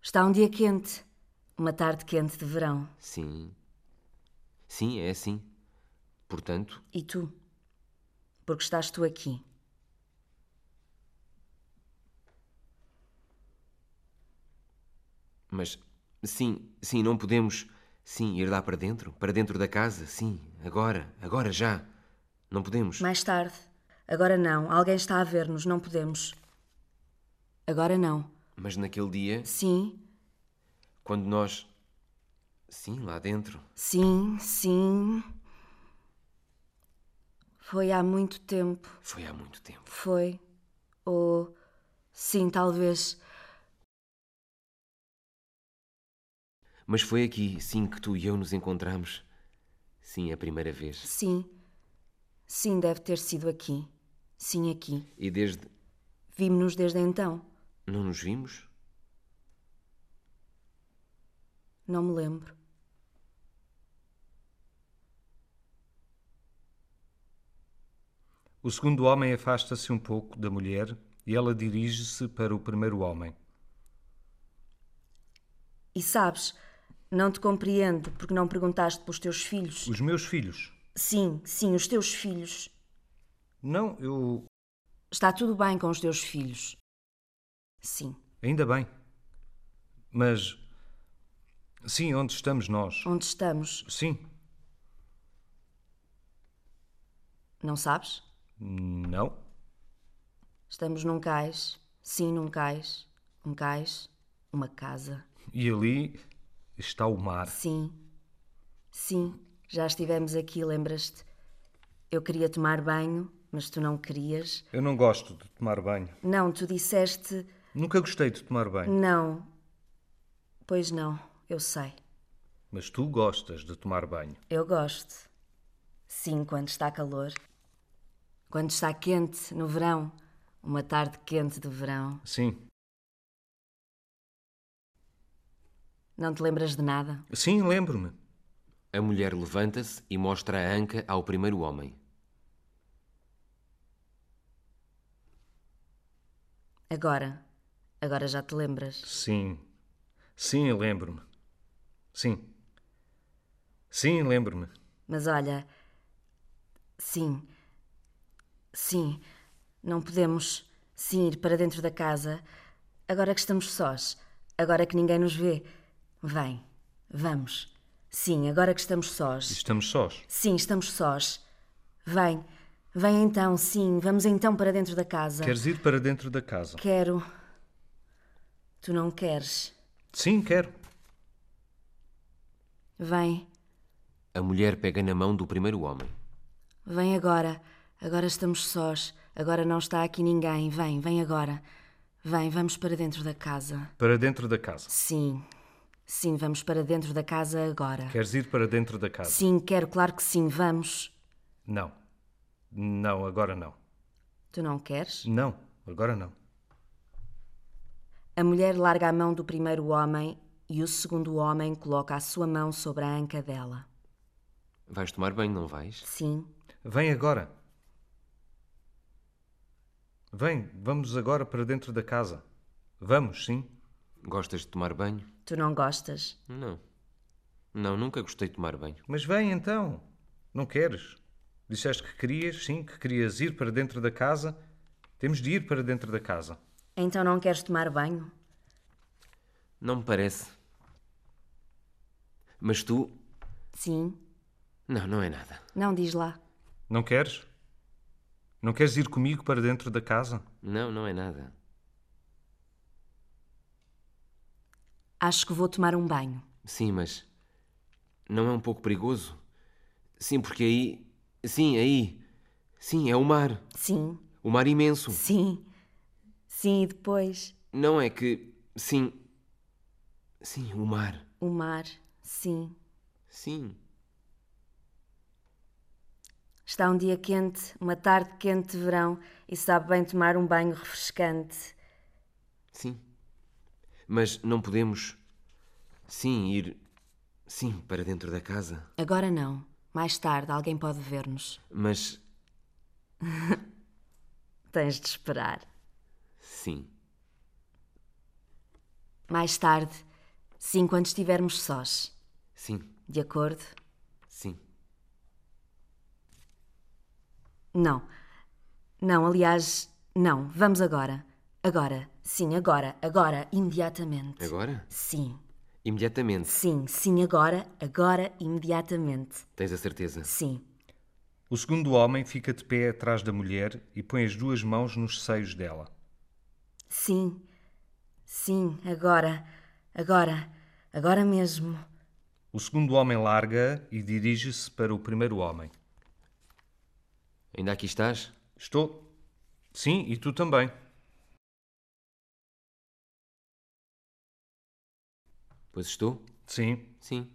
[SPEAKER 5] Está um dia quente. Uma tarde quente de verão.
[SPEAKER 4] Sim. Sim, é assim. Portanto,
[SPEAKER 5] E tu? Porque estás tu aqui.
[SPEAKER 4] mas sim, sim, não podemos. Sim, ir lá para dentro, para dentro da casa, sim, agora, agora já. Não podemos.
[SPEAKER 5] Mais tarde. Agora não. Alguém está a ver-nos. Não podemos. Agora não.
[SPEAKER 4] Mas naquele dia,
[SPEAKER 5] Sim.
[SPEAKER 4] quando nós. Sim, lá dentro.
[SPEAKER 5] Sim, sim. Foi há muito tempo.
[SPEAKER 4] Foi há muito tempo.
[SPEAKER 5] Foi. Ou. Sim, talvez.
[SPEAKER 4] Mas foi aqui, sim, que tu e eu nos encontramos. Sim, a primeira vez.
[SPEAKER 5] Sim. Sim, deve ter sido aqui. Sim, aqui.
[SPEAKER 4] E desde.
[SPEAKER 5] Vimos-nos desde então.
[SPEAKER 4] Não nos vimos?
[SPEAKER 5] Não me lembro.
[SPEAKER 3] O segundo homem afasta-se um pouco da mulher e ela dirige-se para o primeiro homem.
[SPEAKER 5] E sabes, não te compreendo porque não perguntaste pelos teus filhos.
[SPEAKER 3] Os meus filhos.
[SPEAKER 5] Sim, sim, os teus filhos.
[SPEAKER 3] Não, eu.
[SPEAKER 5] Está tudo bem com os teus filhos. Sim.
[SPEAKER 3] Ainda bem. Mas. Sim, onde estamos nós?
[SPEAKER 5] Onde estamos?
[SPEAKER 3] Sim.
[SPEAKER 5] Não sabes?
[SPEAKER 3] Não.
[SPEAKER 5] Estamos num cais. Sim, num cais. Um cais. Uma casa.
[SPEAKER 3] E ali está o mar.
[SPEAKER 5] Sim. Sim, já estivemos aqui, lembras-te? Eu queria tomar banho, mas tu não querias.
[SPEAKER 3] Eu não gosto de tomar banho.
[SPEAKER 5] Não, tu disseste
[SPEAKER 3] Nunca gostei de tomar banho.
[SPEAKER 5] não. Pois não, eu sei.
[SPEAKER 3] Mas tu gostas de tomar banho.
[SPEAKER 5] Eu gosto. Sim, quando está calor. Quando está quente, no verão. Uma tarde quente de verão.
[SPEAKER 3] Sim.
[SPEAKER 5] Não te lembras de nada?
[SPEAKER 3] Sim, lembro-me.
[SPEAKER 4] A mulher levanta-se e mostra a anca ao primeiro homem.
[SPEAKER 5] Agora. Agora já te lembras.
[SPEAKER 3] Sim. Sim, lembro-me. Sim. Sim, lembro-me.
[SPEAKER 5] Mas olha. Sim. Sim. Não podemos. Sim, ir para dentro da casa. Agora que estamos sós. Agora que ninguém nos vê. Vem. Vamos. Sim, agora que estamos sós.
[SPEAKER 3] Estamos sós.
[SPEAKER 5] Sim, estamos sós. Vem, vem então, sim, vamos então para dentro da casa.
[SPEAKER 3] Queres ir para dentro da casa?
[SPEAKER 5] Quero. Tu não queres.
[SPEAKER 3] Sim, quero.
[SPEAKER 5] Vem,
[SPEAKER 4] A mulher pega na mão do primeiro homem.
[SPEAKER 5] vem agora. Agora estamos sós. Agora não está aqui ninguém. Vem, vem agora. Vem, vamos para dentro da casa.
[SPEAKER 3] Para dentro da casa.
[SPEAKER 5] Sim, sim, vamos para dentro da casa agora.
[SPEAKER 3] Queres ir para dentro da casa?
[SPEAKER 5] Sim, quero, claro que sim, vamos.
[SPEAKER 3] Não. Não, agora não.
[SPEAKER 5] Tu não queres?
[SPEAKER 3] Não, agora não.
[SPEAKER 5] A mulher larga a mão do primeiro homem e o segundo homem coloca a sua mão sobre a anca dela.
[SPEAKER 4] Vais tomar banho, não vais?
[SPEAKER 5] Sim,
[SPEAKER 3] Vem agora. Vem, vamos agora para dentro da casa. Vamos, sim.
[SPEAKER 4] Gostas de tomar banho?
[SPEAKER 5] tu não gostas.
[SPEAKER 4] Não. Não, nunca gostei de tomar banho.
[SPEAKER 3] Mas vem então. Não queres? Disseste que querias, sim, que querias ir para dentro da casa. Temos de ir para dentro da casa.
[SPEAKER 5] Então não queres tomar banho?
[SPEAKER 4] Não me parece. Mas tu.
[SPEAKER 5] Sim.
[SPEAKER 4] Não, não é nada.
[SPEAKER 5] Não diz lá.
[SPEAKER 3] Não queres? Não queres ir comigo para dentro da casa?
[SPEAKER 4] Não, não é nada.
[SPEAKER 5] Acho que vou tomar um banho.
[SPEAKER 4] Sim, mas. Não é um pouco perigoso? Sim, porque aí. Sim, aí. Sim, é o mar.
[SPEAKER 5] Sim,
[SPEAKER 4] O mar imenso.
[SPEAKER 5] sim. Sim, e depois
[SPEAKER 4] Não é que. Sim. Sim, o mar.
[SPEAKER 5] o mar. Sim.
[SPEAKER 4] Sim.
[SPEAKER 5] Está um dia quente, uma tarde quente de verão e sabe bem tomar um banho refrescante.
[SPEAKER 4] Sim. Mas não podemos. Sim, ir. Sim, para dentro da casa.
[SPEAKER 5] Agora não. Mais tarde alguém pode ver-nos.
[SPEAKER 4] Mas.
[SPEAKER 5] Tens de esperar.
[SPEAKER 4] Sim.
[SPEAKER 5] Mais tarde, sim, quando estivermos sós.
[SPEAKER 4] Sim.
[SPEAKER 5] De acordo?
[SPEAKER 4] Sim.
[SPEAKER 5] Não. Não, aliás, não. Vamos agora. Agora. Sim, agora. Agora. Imediatamente.
[SPEAKER 4] Agora?
[SPEAKER 5] Sim.
[SPEAKER 4] Imediatamente.
[SPEAKER 5] Sim. Sim, agora. Agora. Imediatamente.
[SPEAKER 4] Tens a certeza?
[SPEAKER 5] Sim.
[SPEAKER 3] O segundo homem fica de pé atrás da mulher e põe as duas mãos nos seios dela.
[SPEAKER 5] Sim. Sim. Agora. Agora. Agora mesmo.
[SPEAKER 3] O segundo homem larga e dirige-se para o primeiro homem.
[SPEAKER 4] Ainda aqui estás?
[SPEAKER 3] Estou? Sim, e tu também.
[SPEAKER 4] Pois estou?
[SPEAKER 3] Sim.
[SPEAKER 4] Sim.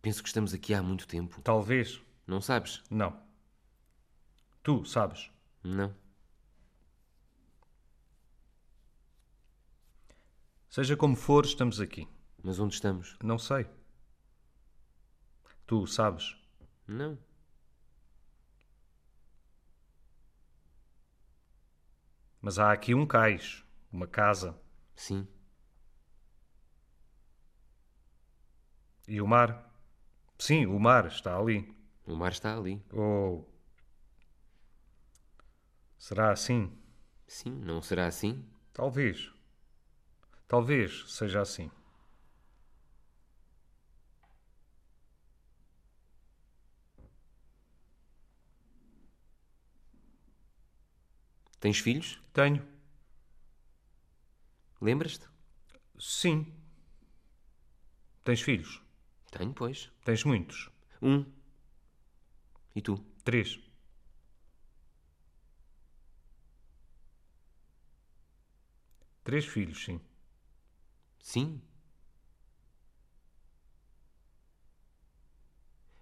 [SPEAKER 4] Penso que estamos aqui há muito tempo.
[SPEAKER 3] Talvez.
[SPEAKER 4] Não sabes?
[SPEAKER 3] Não. Tu sabes.
[SPEAKER 4] Não.
[SPEAKER 3] Seja como for, estamos aqui.
[SPEAKER 4] Mas onde estamos?
[SPEAKER 3] Não sei. Tu sabes.
[SPEAKER 4] Não.
[SPEAKER 3] Mas há aqui um cais, uma casa
[SPEAKER 4] Sim.
[SPEAKER 3] e o mar. Sim, o mar está ali.
[SPEAKER 4] O mar está ali.
[SPEAKER 3] Ou. Será assim?
[SPEAKER 4] Sim, não será assim?
[SPEAKER 3] Talvez. Talvez seja assim.
[SPEAKER 4] Tens filhos?
[SPEAKER 3] Tenho.
[SPEAKER 4] Lembras-te?
[SPEAKER 3] Sim. Tens filhos?
[SPEAKER 4] Tenho, pois.
[SPEAKER 3] Tens muitos?
[SPEAKER 4] Um. E tu?
[SPEAKER 3] Três. Três filhos, sim.
[SPEAKER 4] Sim.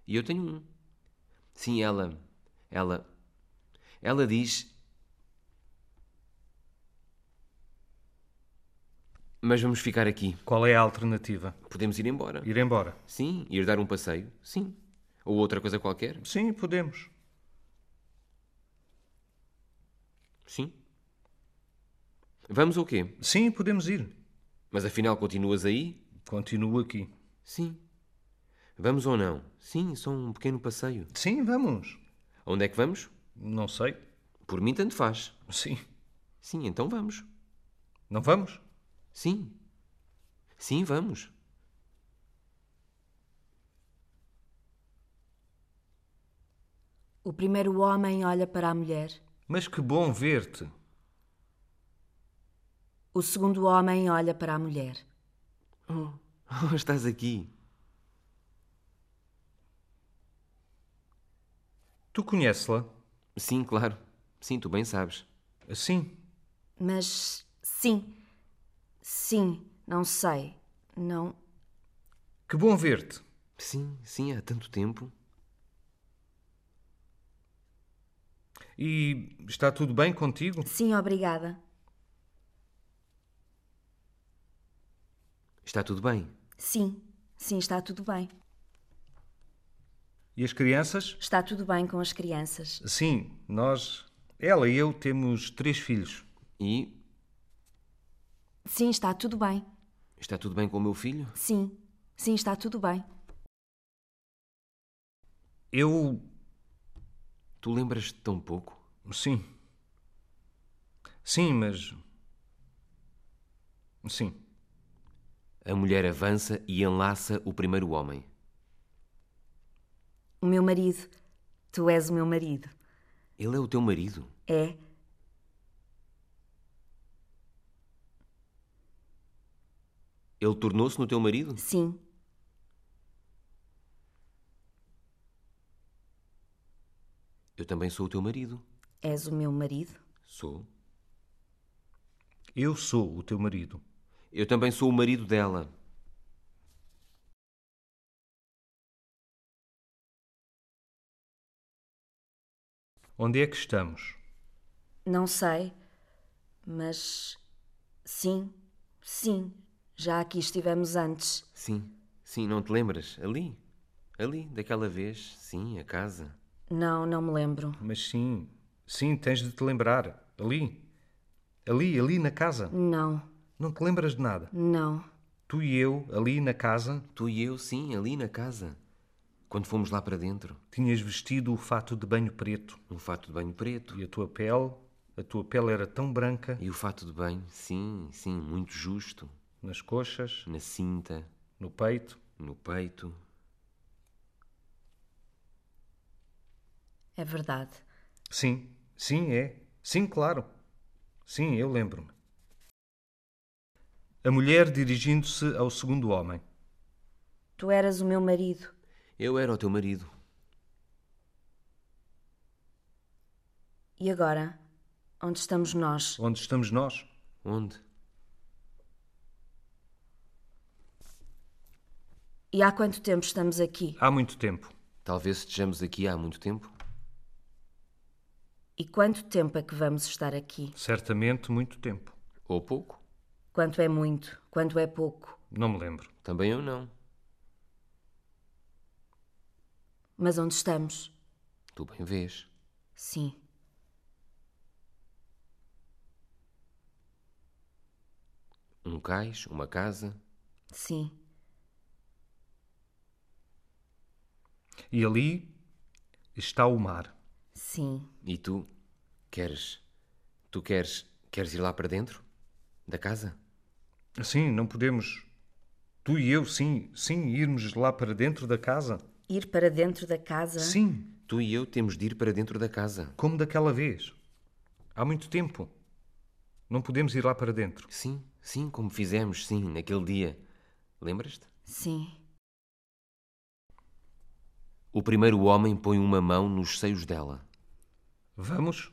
[SPEAKER 4] E eu tenho um. Sim, ela. Ela. Ela diz. Mas vamos ficar aqui.
[SPEAKER 3] Qual é a alternativa?
[SPEAKER 4] Podemos ir embora.
[SPEAKER 3] Ir embora?
[SPEAKER 4] Sim. Ir dar um passeio? Sim. Ou outra coisa qualquer?
[SPEAKER 3] Sim, podemos.
[SPEAKER 4] Sim. Vamos ou quê?
[SPEAKER 3] Sim, podemos ir.
[SPEAKER 4] Mas afinal continuas aí?
[SPEAKER 3] Continuo aqui.
[SPEAKER 4] Sim. Vamos ou não? Sim, só um pequeno passeio.
[SPEAKER 3] Sim, vamos.
[SPEAKER 4] Onde é que vamos?
[SPEAKER 3] Não sei.
[SPEAKER 4] Por mim, tanto faz.
[SPEAKER 3] Sim.
[SPEAKER 4] Sim, então vamos.
[SPEAKER 3] Não vamos?
[SPEAKER 4] Sim. Sim, vamos.
[SPEAKER 5] O primeiro homem olha para a mulher.
[SPEAKER 3] Mas que bom ver-te.
[SPEAKER 5] O segundo homem olha para a mulher.
[SPEAKER 4] Oh, estás aqui.
[SPEAKER 3] Tu conheces-la?
[SPEAKER 4] Sim, claro. Sim, tu bem sabes.
[SPEAKER 3] Sim.
[SPEAKER 5] Mas sim. Sim. Não sei. Não.
[SPEAKER 3] Que bom ver-te.
[SPEAKER 4] Sim, sim, há tanto tempo.
[SPEAKER 3] E está tudo bem contigo?
[SPEAKER 5] Sim, obrigada.
[SPEAKER 4] Está tudo bem.
[SPEAKER 5] Sim. Sim, está tudo bem.
[SPEAKER 3] E as crianças?
[SPEAKER 5] Está tudo bem com as crianças.
[SPEAKER 3] Sim, nós, ela e eu, temos três filhos.
[SPEAKER 4] E
[SPEAKER 5] Sim, está tudo bem.
[SPEAKER 4] está tudo bem com o meu filho?
[SPEAKER 5] Sim. Sim, está tudo bem.
[SPEAKER 3] Eu.
[SPEAKER 4] Tu lembras-te tão pouco?
[SPEAKER 3] Sim. Sim, mas. Sim.
[SPEAKER 4] A mulher avança e enlaça o primeiro homem.
[SPEAKER 5] O meu marido. Tu és o meu marido.
[SPEAKER 4] Ele é o teu marido?
[SPEAKER 5] É.
[SPEAKER 4] Ele tornou-se no teu marido?
[SPEAKER 5] Sim.
[SPEAKER 4] Eu também sou o teu marido.
[SPEAKER 5] És o meu marido.
[SPEAKER 4] Sou.
[SPEAKER 3] Eu sou o teu marido.
[SPEAKER 4] Eu também sou o marido dela.
[SPEAKER 3] Onde é que estamos?
[SPEAKER 5] Não sei, mas sim, sim, já aqui estivemos antes.
[SPEAKER 4] Sim, sim, não te lembras? Ali? Ali, daquela vez, sim, a casa.
[SPEAKER 5] Não, não me lembro.
[SPEAKER 3] Mas sim, sim, tens de te lembrar. Ali. Ali, ali na casa.
[SPEAKER 5] Não,
[SPEAKER 3] Não te lembras de nada.
[SPEAKER 5] não.
[SPEAKER 3] Tu e eu, ali na casa,
[SPEAKER 4] Tu e eu, sim, ali na casa. Quando fomos lá para dentro,
[SPEAKER 3] tinhas vestido o fato de banho preto.
[SPEAKER 4] um fato de banho preto.
[SPEAKER 3] E a tua pele, a tua pele era tão branca,
[SPEAKER 4] E o fato de banho, sim, sim, muito justo.
[SPEAKER 3] nas coxas,
[SPEAKER 4] Na cinta,
[SPEAKER 3] no peito.
[SPEAKER 4] no peito.
[SPEAKER 5] É verdade.
[SPEAKER 3] Sim, sim, é. Sim, claro. Sim, eu lembro-me. A mulher dirigindo-se ao segundo homem.
[SPEAKER 5] Tu eras o meu marido.
[SPEAKER 4] Eu era o teu marido.
[SPEAKER 5] E agora? Onde estamos nós?
[SPEAKER 3] Onde estamos nós?
[SPEAKER 4] Onde?
[SPEAKER 5] E há quanto tempo estamos aqui?
[SPEAKER 3] Há muito tempo.
[SPEAKER 4] Talvez estejamos aqui há muito tempo.
[SPEAKER 5] E quanto tempo é que vamos estar aqui?
[SPEAKER 3] Certamente muito tempo.
[SPEAKER 4] Ou pouco.
[SPEAKER 5] Quanto é muito? Quanto é pouco?
[SPEAKER 3] Não me lembro.
[SPEAKER 4] Também eu não.
[SPEAKER 5] Mas onde estamos?
[SPEAKER 4] Tu bem vês.
[SPEAKER 5] Sim.
[SPEAKER 4] Um cais, uma casa.
[SPEAKER 5] Sim.
[SPEAKER 3] E ali está o mar.
[SPEAKER 5] Sim.
[SPEAKER 4] E tu queres. Tu queres. Queres ir lá para dentro? Da casa?
[SPEAKER 3] Sim, não podemos. Tu e eu, sim, sim, irmos lá para dentro da casa.
[SPEAKER 5] Ir para dentro da casa?
[SPEAKER 3] Sim,
[SPEAKER 4] Tu e eu temos de ir para dentro da casa.
[SPEAKER 3] como daquela vez. Há muito tempo. Não podemos ir lá para dentro.
[SPEAKER 4] Sim, sim, como fizemos, sim, naquele dia. Lembras-te?
[SPEAKER 5] Sim.
[SPEAKER 4] O primeiro homem põe uma mão nos seios dela.
[SPEAKER 3] Vamos?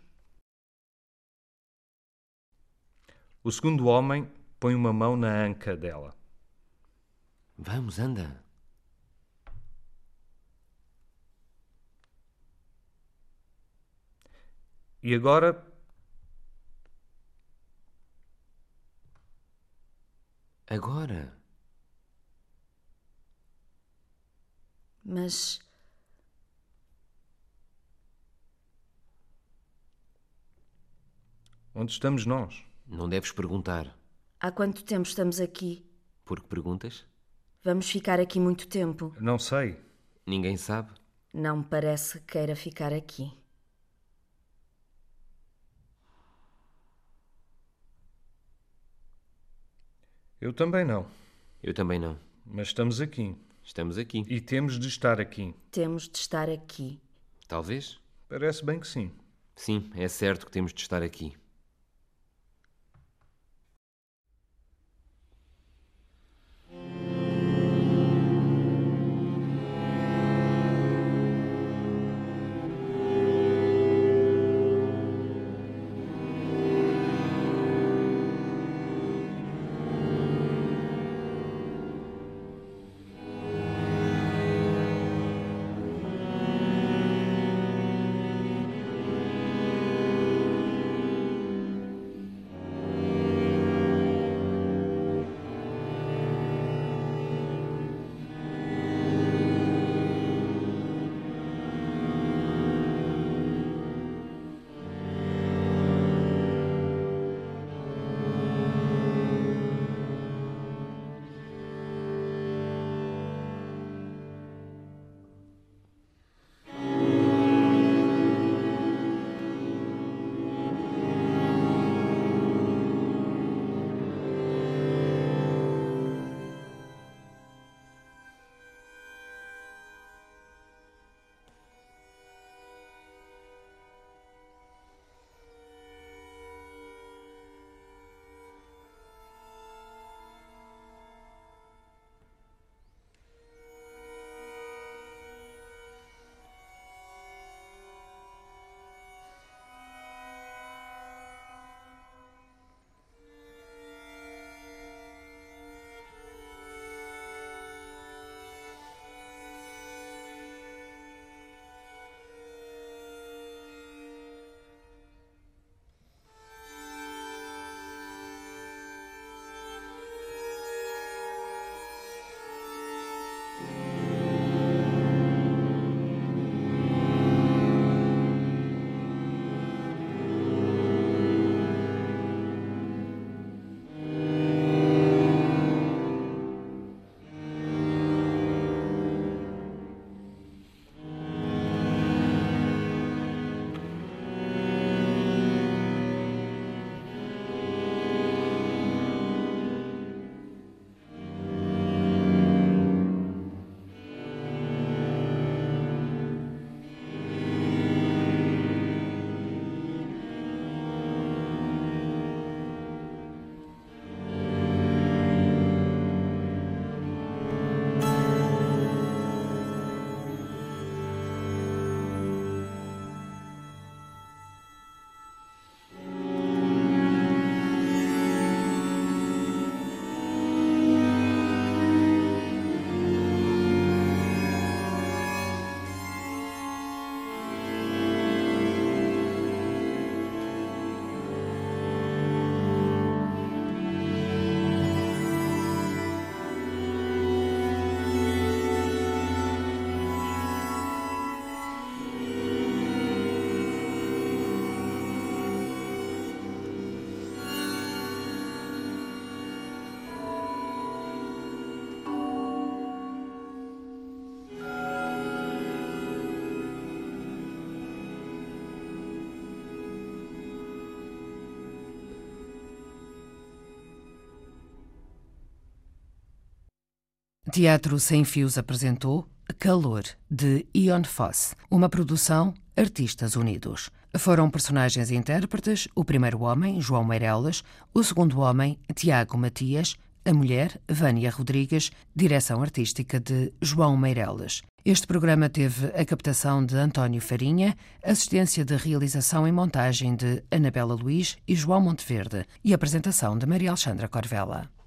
[SPEAKER 3] O segundo homem põe uma mão na anca dela.
[SPEAKER 4] Vamos, anda.
[SPEAKER 3] E agora.
[SPEAKER 4] Agora.
[SPEAKER 5] Mas
[SPEAKER 3] Onde estamos nós?
[SPEAKER 4] Não deves perguntar.
[SPEAKER 5] há quanto tempo estamos aqui?
[SPEAKER 4] Porque perguntas?
[SPEAKER 5] Vamos ficar aqui muito tempo?
[SPEAKER 3] Não sei.
[SPEAKER 4] Ninguém sabe.
[SPEAKER 5] Não me parece que queira ficar aqui.
[SPEAKER 3] Eu também não.
[SPEAKER 4] Eu também não.
[SPEAKER 3] Mas estamos aqui.
[SPEAKER 4] Estamos aqui.
[SPEAKER 3] E temos de estar aqui.
[SPEAKER 5] Temos de estar aqui.
[SPEAKER 4] Talvez?
[SPEAKER 3] Parece bem que sim.
[SPEAKER 4] Sim, é certo que temos de estar aqui.
[SPEAKER 1] Teatro Sem Fios apresentou Calor, de Ion Fosse, uma produção Artistas Unidos. Foram personagens e intérpretes o primeiro homem, João Meirelas, o segundo homem, Tiago Matias, a mulher, Vânia Rodrigues, direção artística de João Meirelas. Este programa teve a captação de António Farinha, assistência de realização e montagem de Anabela Luiz e João Monteverde e apresentação de Maria Alexandra Corvella.